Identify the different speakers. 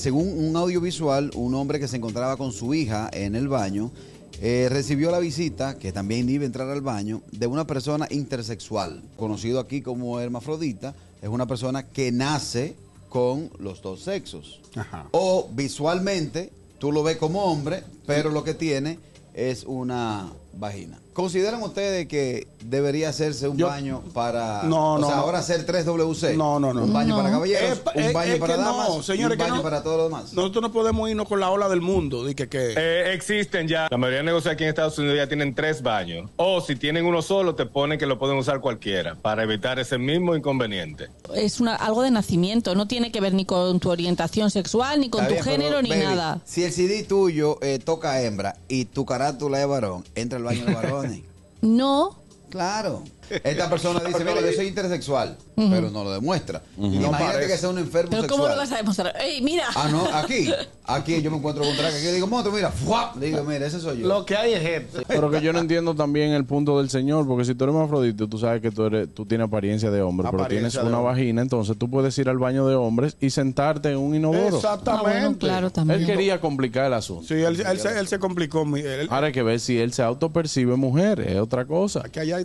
Speaker 1: según un audiovisual, un hombre que se encontraba con su hija en el baño eh, recibió la visita, que también iba a entrar al baño, de una persona intersexual, conocido aquí como hermafrodita. Es una persona que nace con los dos sexos.
Speaker 2: Ajá.
Speaker 1: O visualmente, tú lo ves como hombre, pero lo que tiene es una vagina. ¿Consideran ustedes que debería hacerse un
Speaker 2: Yo-
Speaker 1: baño para...
Speaker 2: No,
Speaker 1: o
Speaker 2: no,
Speaker 1: sea,
Speaker 2: no.
Speaker 1: ahora hacer 3WC?
Speaker 2: No, no, no.
Speaker 1: Un baño
Speaker 3: No.
Speaker 1: para caballeros,
Speaker 2: Es pa-
Speaker 1: un
Speaker 2: es-
Speaker 1: baño
Speaker 2: es
Speaker 1: para
Speaker 2: que no,
Speaker 1: damas, un
Speaker 2: señores, que
Speaker 1: baño
Speaker 2: no.
Speaker 1: para todos los demás.
Speaker 2: Nosotros no podemos irnos con la ola del mundo. di que, que-
Speaker 4: Eh, existen ya. La mayoría de negocios aquí en Estados Unidos ya tienen tres baños. O si tienen uno solo, te ponen que lo pueden usar cualquiera para evitar ese mismo inconveniente.
Speaker 3: Es una, algo de nacimiento, no tiene que ver ni con tu orientación sexual, ni con
Speaker 1: Está bien,
Speaker 3: tu género,
Speaker 1: pero,
Speaker 3: ni
Speaker 1: baby,
Speaker 3: nada.
Speaker 1: Si el CD tuyo eh, toca hembra y tu carátula es varón, entra al baño de varones.
Speaker 3: No,
Speaker 1: Claro. Esta persona dice, mira, yo soy intersexual, pero no lo demuestra. Imagínate que sea un enfermo
Speaker 3: pero
Speaker 1: sexual.
Speaker 3: ¿cómo lo vas a demostrar? ¡Ey, mira!
Speaker 1: Ah, no, aquí. Aquí yo me encuentro con Traca. Aquí digo, monstruo, mira, ¡fuap! Digo, mira, ese soy yo.
Speaker 5: Lo que hay es gente.
Speaker 6: Pero que yo no entiendo también el punto del señor, porque si tú eres hermafrodita, tú sabes que tú, eres, tú tienes apariencia de hombre, pero
Speaker 2: Apariencia
Speaker 6: tienes
Speaker 2: de
Speaker 6: una
Speaker 2: hombre.
Speaker 6: vagina, entonces tú puedes ir al baño de hombres y sentarte en un
Speaker 3: Ah,
Speaker 6: inodoro.
Speaker 2: Exactamente.
Speaker 3: bueno, claro, también.
Speaker 6: Él quería complicar el asunto.
Speaker 2: Sí, él, él se, él se complicó. mi- él-
Speaker 6: Ahora hay que ver si él se autopercibe mujer, es otra cosa.
Speaker 2: que allá hay